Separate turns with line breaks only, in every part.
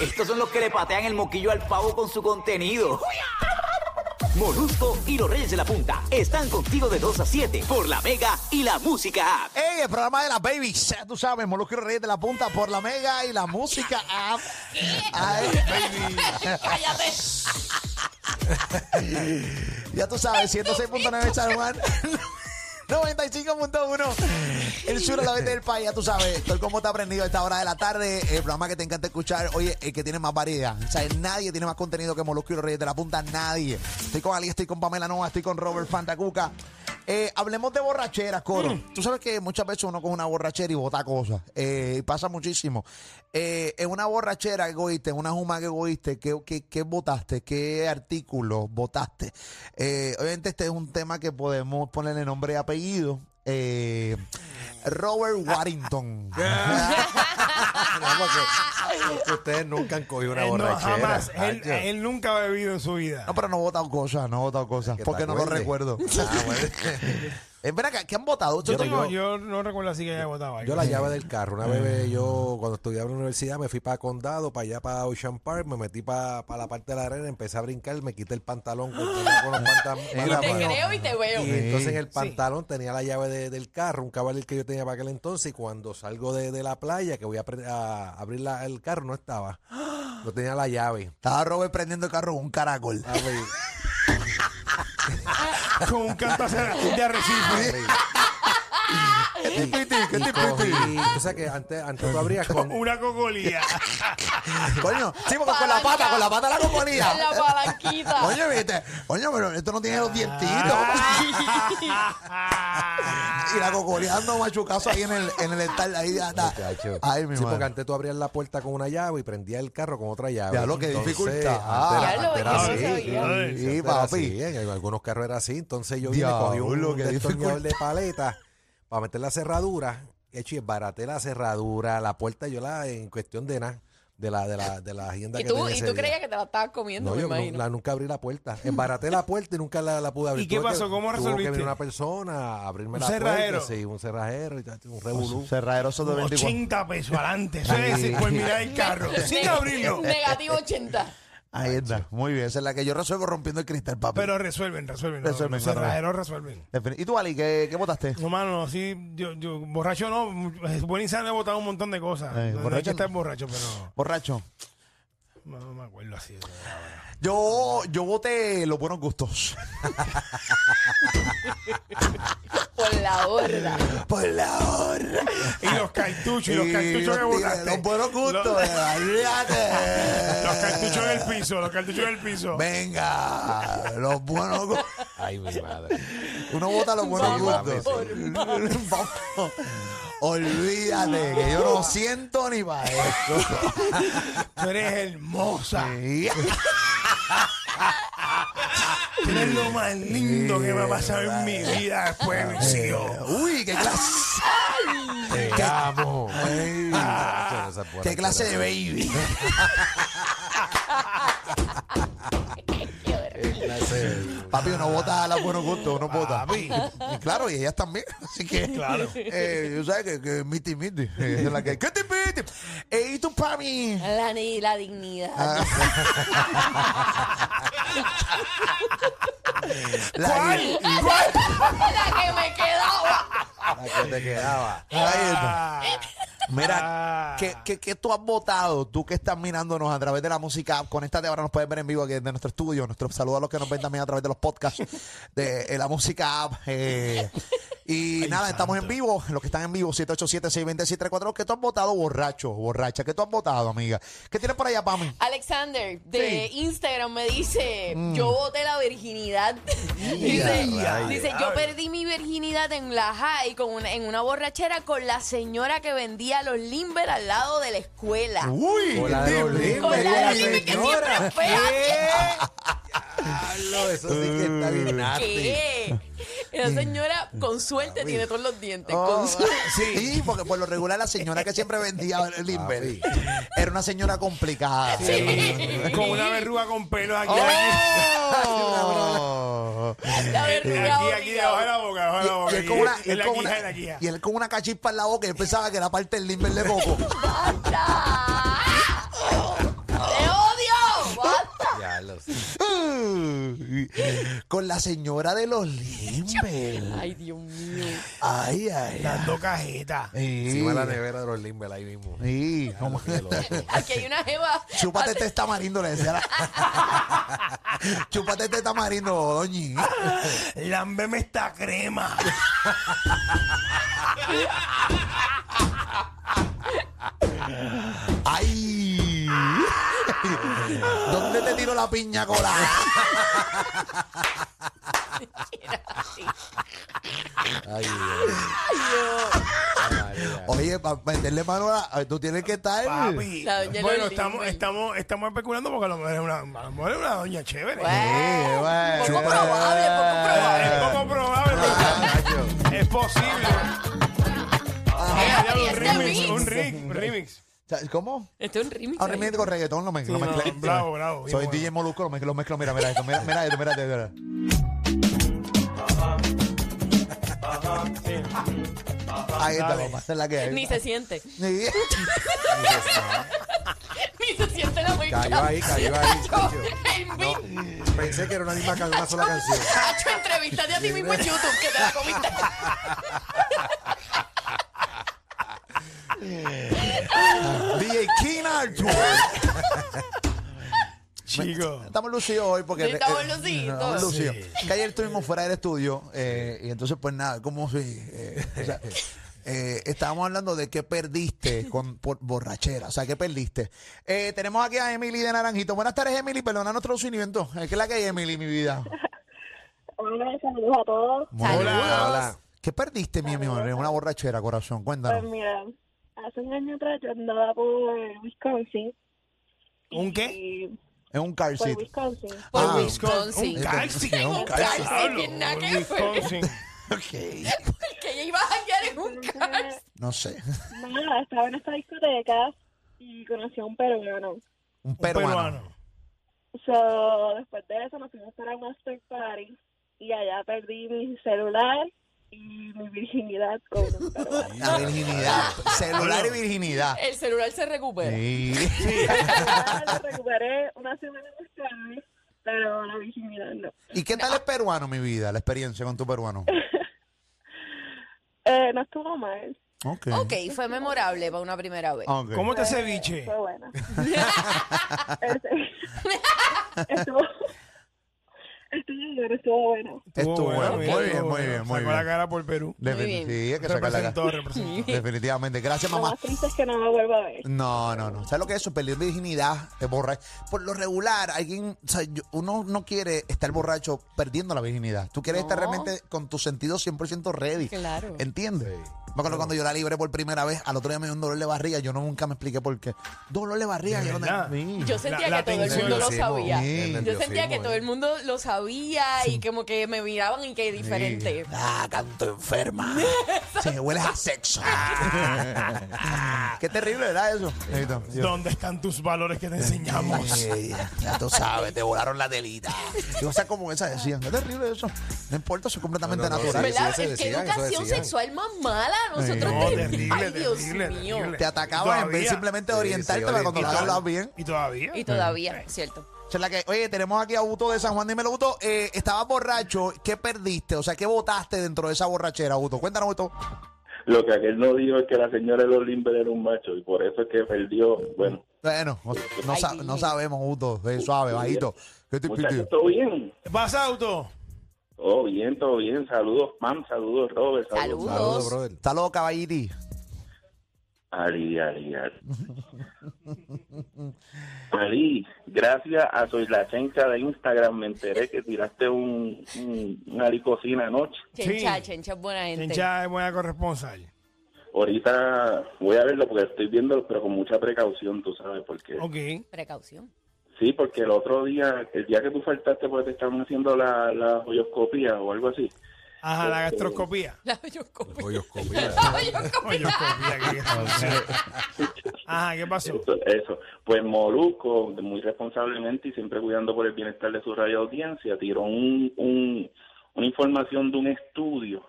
Estos son los que le patean el moquillo al pavo con su contenido. Molusco y los Reyes de la Punta están contigo de 2 a 7 por la Mega y la Música App.
Ey, el programa de las babies. Tú sabes, Molusco y los Reyes de la Punta por la Mega y la música app. Ay, baby.
Cállate.
Ya tú sabes, 106.9 San Juan. 95.1 El sur a la vez del país, ya tú sabes. Todo cómo te ha aprendido a esta hora de la tarde. El programa que te encanta escuchar. Oye, el que tiene más variedad. O sea, nadie tiene más contenido que Molusco y los Reyes de la Punta. Nadie. Estoy con Ali, estoy con Pamela Nova, estoy con Robert Fantacuca. Eh, hablemos de borracheras, coro. Tú sabes que muchas veces uno con una borrachera y bota cosas. Eh, y pasa muchísimo. Eh, en una borrachera que cogiste, en una juma que cogiste, ¿qué, qué, qué votaste? ¿Qué artículo votaste? Eh, obviamente este es un tema que podemos ponerle nombre y apellido. Eh, Robert Warrington.
No, porque- porque ustedes nunca han cogido una
Él Eh, no,
borrachera. Ah,
jamás. Él,
Hacho.
él nunca ha bebido en su vida.
No, pues, pero no he votado cosas, no he votado cosas.
Que te
Porque no lo
acuerdes.
recuerdo. Eh,
Ah, bueno.
Es verdad que han votado. Este
yo,
yo-
no,
yo-
yo no recuerdo así que haya votado algo.
Yo la llave del carro. Una vez
Mm.
yo, cuando estudiaba en la universidad, me fui para Condado, para allá, para Ocean Park, me metí para, para la parte de la arena, empecé a brincar, me quité el pantalón con, con los pantal-
Mira, pero-
pantalones.
Te creo y te veo.
Y entonces en el
Sí.
pantalón tenía la llave de- del carro, un caballer que yo tenía para aquel entonces. Y cuando salgo de, de la playa, que voy a, pre- a abrir la- el carro, no estaba. No tenía la llave.
Estaba Robert prendiendo el carro con un caracol.
A ver,
Con un canto hacia- de
a
arrecife.
ver. Y- y cogí- O sea que antes, antes tú abrías con.
Una cocolía.
Coño, sí, porque con la pata, con la pata la
En la
compañía.
palanquita.
Coño, viste, coño, pero esto no tiene los dientitos. Y la cocoreando machucazo ahí en el, en el estar ahí ya está.
Muchacho.
Ay, mi
sí, porque
madre.
antes tú abrías la puerta con una llave y prendías el carro con otra llave.
Ya lo que
Entonces,
dificultad.
antes era-
Ya lo,
antes era
yo no
así.
sabía.
Antes
Sí,
era
papi.
así, en algunos carros era así. Entonces yo vine, cogí un,
Diablo, qué
destornillador de paleta para meter la cerradura. Hecho, y baraté la cerradura, la puerta yo la en cuestión de nada. De la, de la, de la agenda
Y
que
tú,
tenía
y
ese
tú
día.
creías que te la estabas comiendo,
No,
me
yo nu-
imagino.
la- nunca abrí la puerta. Embaraté la puerta y nunca la, la pude abrir.
¿Y qué
Tuve que-
pasó? ¿Cómo
Tuvo que
resolviste?
venir una persona a abrirme
¿Un
la
cerrajero?
puerta. Sí, un cerrajero, y tal, un revolú.
Cerradero son de 24.
80 pesos adelante. Eso es decir, pues mirar el carro. Sin abrirlo.
Negativo 80.
Ahí está. Muy bien, esa es la que yo resuelvo rompiendo el cristal, papi.
Pero resuelven, resuelven.
Resuelven,
Los
claro.
cerrajeros resuelven.
Defini- ¿Y tú, Ali, qué, qué votaste?
No, mano, sí, yo, yo borracho no. Buen insano he votado un montón de cosas.
Eh,
no, no hay
borracho
que estar
no.
borracho, pero
Borracho.
no, no me acuerdo así. de verdad.
Yo, yo voté los buenos gustos.
Por la horda.
Por la hora.
Y los cartuchos, y los
Y
cartuchos que
los tigres,
botaste.
Los buenos gustos.
Los-
olvídate.
Los cartuchos en el piso, los cartuchos en el piso.
Venga, los buenos gustos.
Ay, mi madre.
Uno vota los buenos
Vamos
gustos.
por
Vamos. Olvídate que yo no siento ni para esto.
Tú eres hermosa.
Sí.
Tú eres lo más lindo que me ha pasado en mi vida después de mis hijos.
Uy, qué clase.
Te amo.
Ay,
Ah, esa es buena,
qué clase de baby.
qué clase de-
Papi, uno vota a los buenos gustos, uno vota. Y, y claro, y ellas también. Así que. Claro. Eh, yo sabes que, que miti miti. Eh, es la que. ¿Qué te piti? Eh, ¿Y tú, Pami?
La, ni- la dignidad.
Ah.
La-
¿Cuál? la que me quedaba.
La que te quedaba.
Ahí está.
Ah,
Ah.
Mira, ¿qué, qué, qué tú has votado? Tú que estás mirándonos a través de la música, conéctate ahora, nos puedes ver en vivo aquí desde nuestro estudio. Nuestro saludo a los que nos ven también a través de los podcasts de eh, la música app. eh. Y nada, estamos en vivo. Los que están en vivo, 787-620-634. ¿Qué tú has votado, borracho, borracha? ¿Qué tú has votado, amiga? ¿Qué tienes por allá, Pami?
Alexander de Instagram me dice,
Mm.
yo voté la virginidad. dice,
rayos.
dice, yo perdí mi virginidad en la high con una- en una borrachera con la señora que vendía los limber al lado de la escuela.
¡Uy!
Con la de los
dime.
libros,
con la
la
de limber que siempre
señora.
es fea.
Diablo, Eso sí que está
Eh.
bien nasty.
¿Qué? Esa señora con suerte tiene todos los dientes.
Oh,
con suerte.
sí. porque por lo regular la señora que siempre vendía el
Ah,
Limber era una señora complicada.
Con una verruga con pelos aquí.
¡Oh!
La
Aquí,
verruga
aquí, aquí, debajo de la boca, debajo de la boca.
Y él con una, y
En
él
la
con
quija,
una-
en la quija.
y él con una cachispa en la boca y él pensaba que era parte del limber de coco.
obligada.
con la señora de los Limber.
Ay, Dios mío.
Ay, ay, ay.
Dando cajita.
Encima de la nevera de los Limber ahí mismo.
Sí, como-
Qué loco.
Aquí hay una jeva.
Chúpate este tamarindo, le decía. la- Chúpate este tamarindo, doñi.
Lámbeme esta crema.
Ay. ¿Dónde te tiro la piña colada?
Ay, Dios. María.
Oye, para meterle mano a la- Tú tienes que estar...
Papi.
La doña
bueno,
Lolita.
estamos, estamos, estamos especulando porque a lo mejor es una, a lo mejor es una doña chévere.
Bueno,
bueno.
poco probable, poco probable.
Es poco probable, pero es posible.
Y
Mira,
este
ya, un remix,
mix.
un remix, un remix.
¿sabes ¿Cómo?
Este es un remix.
Ah,
ahí.
remix con reggaetón, lo mezclo.
Sí,
lo
no,
mezclé.
bravo, bravo, bien
Soy
bueno.
DJ Molusco, lo mezclo, lo mezclo. Mira, mira esto, mira, mira esto, mira, mira, mira. Ahí está,
Dale.
papá. Esa es la que hay.
Ni se siente.
Sí.
Ni se siente la música.
Cayó ahí, cayó ahí, cayó.
El beat.
Pensé que era una misma can- una sola canción.
Hacho, entrevistate a ti mismo en YouTube que te la comiste.
DJ King Arthur.
Chico.
Estamos lucidos hoy porque...
Sí, estamos
eh,
lucidos.
Estamos lucidos. Que ayer estuvimos fuera del estudio eh, y entonces pues nada, como si... eh, o sea, eh, estábamos hablando de qué perdiste con por borrachera, o sea, qué perdiste. Eh, tenemos aquí a Emily de Naranjito. Buenas tardes, Emily. Perdona nuestro lucimiento. Eh, ¿Qué es la que hay, Emily, mi vida?
Hola, saludos a todos.
Saludos.
hola.
¿Qué perdiste, mi amor? En una borrachera, corazón.
Ah.
Pues
Cuéntanos.
mira, hace un año atrás yo andaba por Wisconsin.
¿Un qué?
Y
Es un car
por
seat.
Wisconsin.
Por
Ah,
Wisconsin.
Un calci.
Un calci, bien, nada que ver.
Wisconsin.
Ok.
Que ella iba a hallar en un car.
No sé.
Nada, estaba en esta discoteca y conocí a un peruano.
Un
Un
peruano.
So, después de eso nos fuimos para un after party y allá perdí mi celular y mi virginidad con un peruano.
La virginidad. Celular y virginidad.
El celular se recupera.
Sí.
Ya lo recuperé una semana más tarde, pero la virginidad no.
¿Y qué tal el peruano, mi vida? La experiencia con tu peruano.
Eh, no estuvo mal,
Ok.
Ok, fue memorable para una primera
Ah,
vez.
Ok.
¿Cómo te ceviche?
fue buena. Este- estuvo, estuvo bueno, estuvo bueno.
Estuvo bueno.
mira,
Muy bien,
estuvo
muy bien,
bueno.
muy
Sacó la
bien.
cara por Perú.
Muy
Defin-
bien.
Sí, hay que sacar la
Representó,
cara.
representó.
Definitivamente. Gracias,
Lo
mamá.
más triste es que no lo vuelvo a ver.
No, no, no. ¿Sabes lo que es eso? Perder virginidad, es borrar. Por lo regular, alguien, o sea, yo- uno no quiere estar borracho perdiendo la virginidad. Tú quieres estar
No.
realmente con tus sentidos 100% ready.
Claro.
¿Entiendes? Me acuerdo cuando yo la libré por primera vez, al otro día me dio un dolor de barriga, yo no nunca me expliqué por qué. Dolor de barriga, yo no-
verdad?
Sí.
Yo
La-
sentía
la
que todo el
tensión,
mundo lo
nerviosismo,
sabía.
el
Yo sentía que
nerviosismo,
todo el mundo lo sabía y como que me miraban y que diferente.
Ah, canto enferma. Se hueles a sexo. Qué terrible era eso.
¿Dónde están tus valores que te enseñamos?
Sí, ya tú sabes, te volaron la telita. Y cosas como esa decían, qué terrible eso. No importa, eso es completamente
No, no, no,
natural.
sí, sí.
¿Verdad?
eso
es que
decían, eso
educación
decían.
sexual más mala. Nosotros
No,
te-
terrible,
Ay, Dios
terrible,
mío.
terrible.
Te atacaban en vez de
Todavía.
simplemente
Sí,
orientarte
sí,
para cuando lo
orientar.
hablas bien.
¿Y todavía?
Y todavía, cierto.
O sea, la que- oye, tenemos aquí a Buto de San Juan. Dímelo, Buto, eh, estabas borracho, ¿qué perdiste? O sea, ¿qué votaste dentro de esa borrachera, Buto? Cuéntanos, Buto.
Lo que aquel no dijo es que la señora de los Limber era un macho y por eso es que perdió. Bueno,
Bueno, no, no
Ay,
sa-
dime.
no sabemos, Buto. Eh, suave, bajito. ¿Qué te
muchachos,
pidió?
todo bien.
¿Qué pasa, auto?
Todo bien, todo bien. Saludos, Pam. Saludos, Robert. Saludos.
Saludos.
Saludos, brother.
Está loca, Bayiri.
Ali, Ali, Ali. Ali, gracias a Soy la Chencha de Instagram me enteré que tiraste un, un, un Ali Cocina anoche.
Chencha,
Sí.
chencha es buena gente.
Chencha es buena corresponsal.
Ahorita voy a verlo porque estoy viéndolo, pero con mucha precaución, tú sabes, porque...
Ok.
Precaución.
Sí, porque el otro día, el día que tú faltaste porque te estaban haciendo la, la joyoscopía o algo así.
Ajá, la gastroscopía.
La hoyoscopía.
Hoyos comida.
La hoyoscopía.
Joyoscopía, qué gastroscopía. Ajá, ¿qué pasó?
Eso, eso. Pues Molusco, muy responsablemente y siempre cuidando por el bienestar de su radio audiencia, tiró un, un- una información de un estudio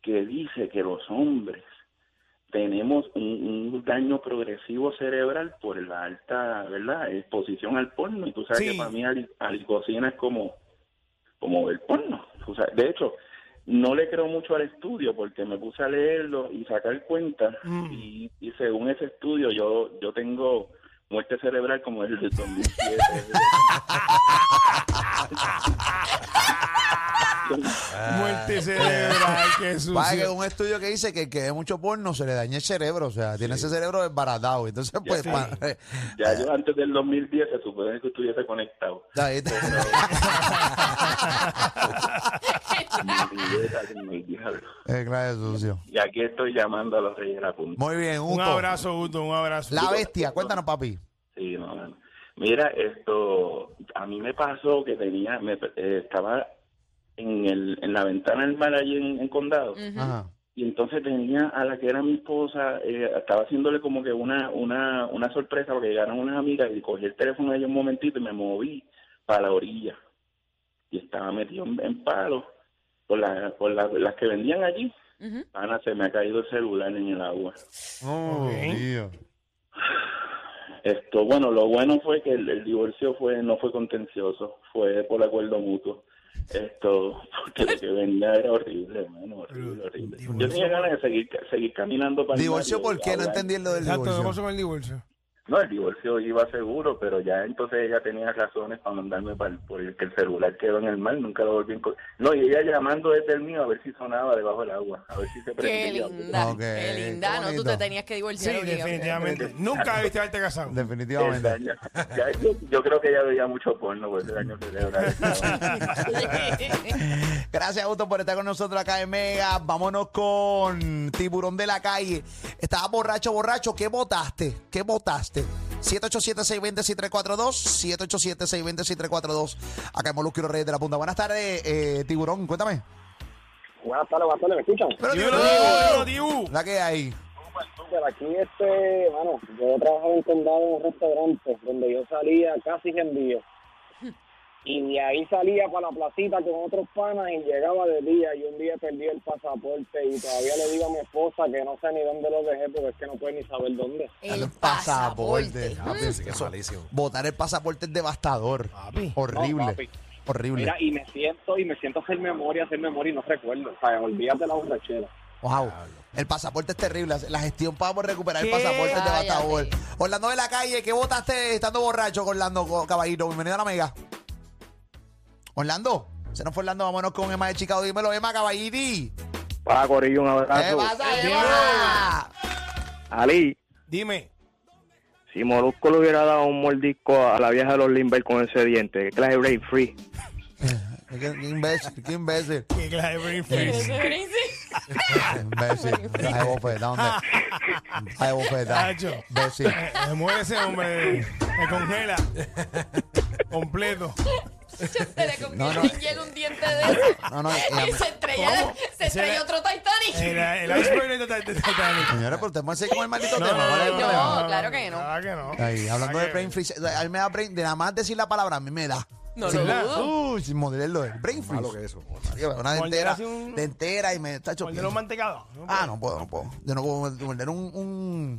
que dice que los hombres tenemos un, un daño progresivo cerebral por la alta, ¿verdad?, exposición al porno. Y tú sabes
Sí.
que para mí al, al cocina es como como el porno. O sea, de hecho, no le creo mucho al estudio porque me puse a leerlo y sacar cuenta y, y según ese estudio yo yo tengo muerte cerebral como el del 2007.
Ah.
Muerte cerebral, qué
Pasa Ah, que
sucio.
un estudio que dice que el que ve mucho porno se le daña el cerebro, o sea, tiene ese cerebro desbaratado. Entonces, pues, pa-
ya yo antes del 2010 se supone que estuviese conectado.
ahí está.
Me olvidé, casi me olvidé.
Eh, claro, sucio.
Y aquí estoy llamando a los Reyes de la Punta.
Muy bien, Hugo.
Un abrazo, Guto, un abrazo.
La bestia, cuéntanos, papi.
Sí, no, no. Mira, esto, a mí me pasó que tenía, me, eh, estaba en, el, en la ventana del mar allí en, en Condado,
Ajá.
y entonces tenía a la que era mi esposa, eh, estaba haciéndole como que una, una, una sorpresa porque llegaron unas amigas y cogí el teléfono de ella un momentito y me moví para la orilla. Y estaba metido en, en palos por, la, por la- las que vendían allí.
Ujú.
Ana, se me ha caído el celular en el agua.
Oh, Dios.
Esto, bueno, lo bueno fue que el, el divorcio fue no fue contencioso, fue por acuerdo mutuo. Esto, porque lo que venía era horrible, hermano, horrible, horrible. Yo tenía ganas de seguir, seguir caminando para el
Divorcio,
barrio,
¿por qué? No
hablar.
entendí lo del
Exacto, ¿qué pasó
divorcio.
con el divorcio?
No, el divorcio iba seguro, pero ya entonces ella tenía razones para mandarme para el, por el que el celular quedó en el mar, nunca lo volví a encontrar. No, y ella llamando desde el mío a ver si sonaba debajo del agua, a ver si se
Qué
prendía.
linda,
Ok,
qué linda.
qué
No, tú
bonito.
te tenías que
Sí,
divorciar. obligado.
definitivamente. Nunca debiste haberte casado.
Definitivamente.
Ya- ya- yo, yo creo que ella veía mucho porno, pues el año cerebral.
Gracias, Augusto, por estar con nosotros acá en Mega. Vámonos con Tiburón de la Calle. Estaba borracho, borracho. ¿Qué votaste? ¿Qué votaste? 787-620-6342. 787-620-6342. Acá en Molusco y los Reyes de la Punta. Buenas tardes, eh, Tiburón. Cuéntame.
Buenas tardes, buenas tardes, ¿me escuchan?
Pero,
Dímelo, dímelo, Dibu.
¿La que hay?
Pero aquí, este, bueno, yo trabajaba en condado en un restaurante donde yo salía casi rendío. Y de ahí salía para la placita con otros panas y llegaba de día. Y un día perdí el pasaporte y todavía le digo a mi esposa que no sé ni dónde lo dejé porque es que no puede ni saber dónde.
El pasaporte.
Ah,
Papi, sí que es malísimo.
Votar el pasaporte es devastador.
Papi.
Horrible.
No, papi.
Horrible.
Mira, y me siento, y me siento hacer memoria, hacer memoria y no recuerdo. O sea, olvídate la borrachera.
Wow. El pasaporte es terrible. La gestión para poder recuperar
¿Qué?
el pasaporte es
Cállate.
devastador. Orlando de la calle, ¿qué votaste estando borracho, Orlando co- Caballito? Bienvenido a la mega. Orlando, se nos fue Orlando, vámonos con Emma de Chicago. Dímelo, Emma Caballiti.
Para Corillo, un
¿Qué
abrazo.
pasa,
Dímelo.
Emma?
Ali,
Dime.
si Molusco le hubiera dado un mordisco a la vieja de los Limber con ese diente, clase break free.
Qué qué imbécil, qué imbécil.
Qué clase de brain freeze.
Qué Imbécil. Ay, bofeta, ¿dónde? Ay, bofeta.
Nacho.
Imbécil.
Eh, Se muere ese hombre, se congela. Completo.
Se le congeló
No, no.
en hielo un diente de eso.
No, no, eh,
y se estrelló,
¿cómo? Eh,
se estrelló otro Titanic.
El, el iceberg de Tit- de Titanic.
Señores, pero usted me hace con el maldito
No,
tema. ¿cuál es el
no,
problema?
no, claro que no.
Claro que no.
Ahí, hablando
Claro
de
que-
brain freeze, a mí me da brain, de nada más decir la palabra, a mí me da.
No
Sin-
lo dudo.
Uy, sin moderarlo, es brain
Malo
freeze.
que eso.
Una
Morder
dentera,
así un-
dentera y me está
Morder un
chocando.
mantecado. ¿no?
Ah, no puedo, no puedo. Yo no puedo morder un, un,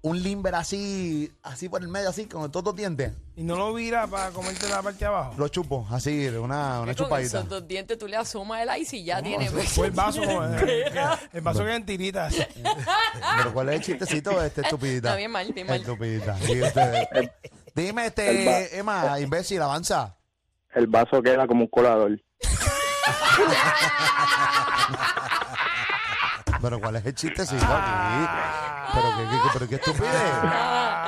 un limber así, así por el medio, así, con todos los dientes.
Y no lo vira para comerte la parte de abajo.
Lo chupo, así, de una, una
Que Con
chupadita.
esos dos dientes tú le asomas el ice y ya tiene. pues
Fue el vaso. eh, El vaso que en tiritas.
Pero ¿cuál es el chistecito de este estupidita?
Está bien mal, está bien mal.
Estupidita. Sí, usted-
El ba-
Dime, este, Emma, imbécil, avanza.
El vaso queda como un colador.
Pero ¿cuál es el chistecito aquí? Pero qué, qué- pero qué estupidez.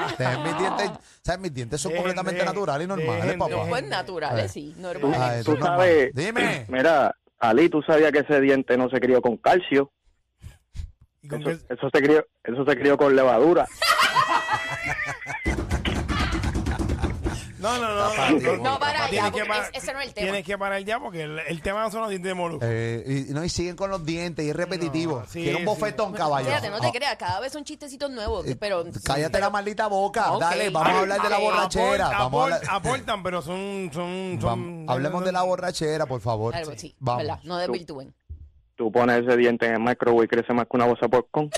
Ustedes, mis dientes, ¿sabes? Mis dientes son
Dejen,
completamente
dejen,
naturales y normales,
dejen,
papá.
dejen.
Pues naturales, sí, normales.
Ah, eso
Tú
es normal.
sabes-
Dime.
Mira, Ali, tú sabías que ese diente no se crió con calcio.
¿Y con
Eso,
qué?
eso se crió, eso se crió con levadura.
No, no, no. No,
No, para ya,
Tienes
porque
que parar-
es- ese no es el tema.
Tienes que parar ya porque el, el tema no son los dientes de Molusco.
Eh, y, y no, y siguen con los dientes y es repetitivo.
No, sí,
Quiero un
sí.
bofetón, caballo.
Fíjate, no te
Ah,
creas, cada vez son chistecitos nuevos,
eh,
pero...
cállate la maldita boca.
Ok.
Dale, vamos a hablar de la
Ay,
borrachera.
Aport-
vamos a
aport-
hablar-
Aportan, pero son... son, son
vam- hablemos de la borrachera, por favor.
Claro, sí,
vamos.
¿verdad? No desvirtúen.
Tú pones ese diente en el microwave y crece más que una bolsa por con.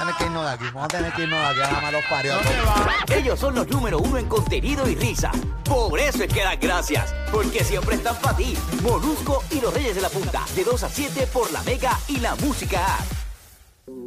a tener que irnos de aquí. Vamos a tener que irnos de aquí. A la malos parió.
Ellos son los número uno en contenido y risa. Por eso es que dan gracias. Porque siempre están para ti. Molusco y los Reyes de la Punta. De 2 a 7 por la Mega y la Música App.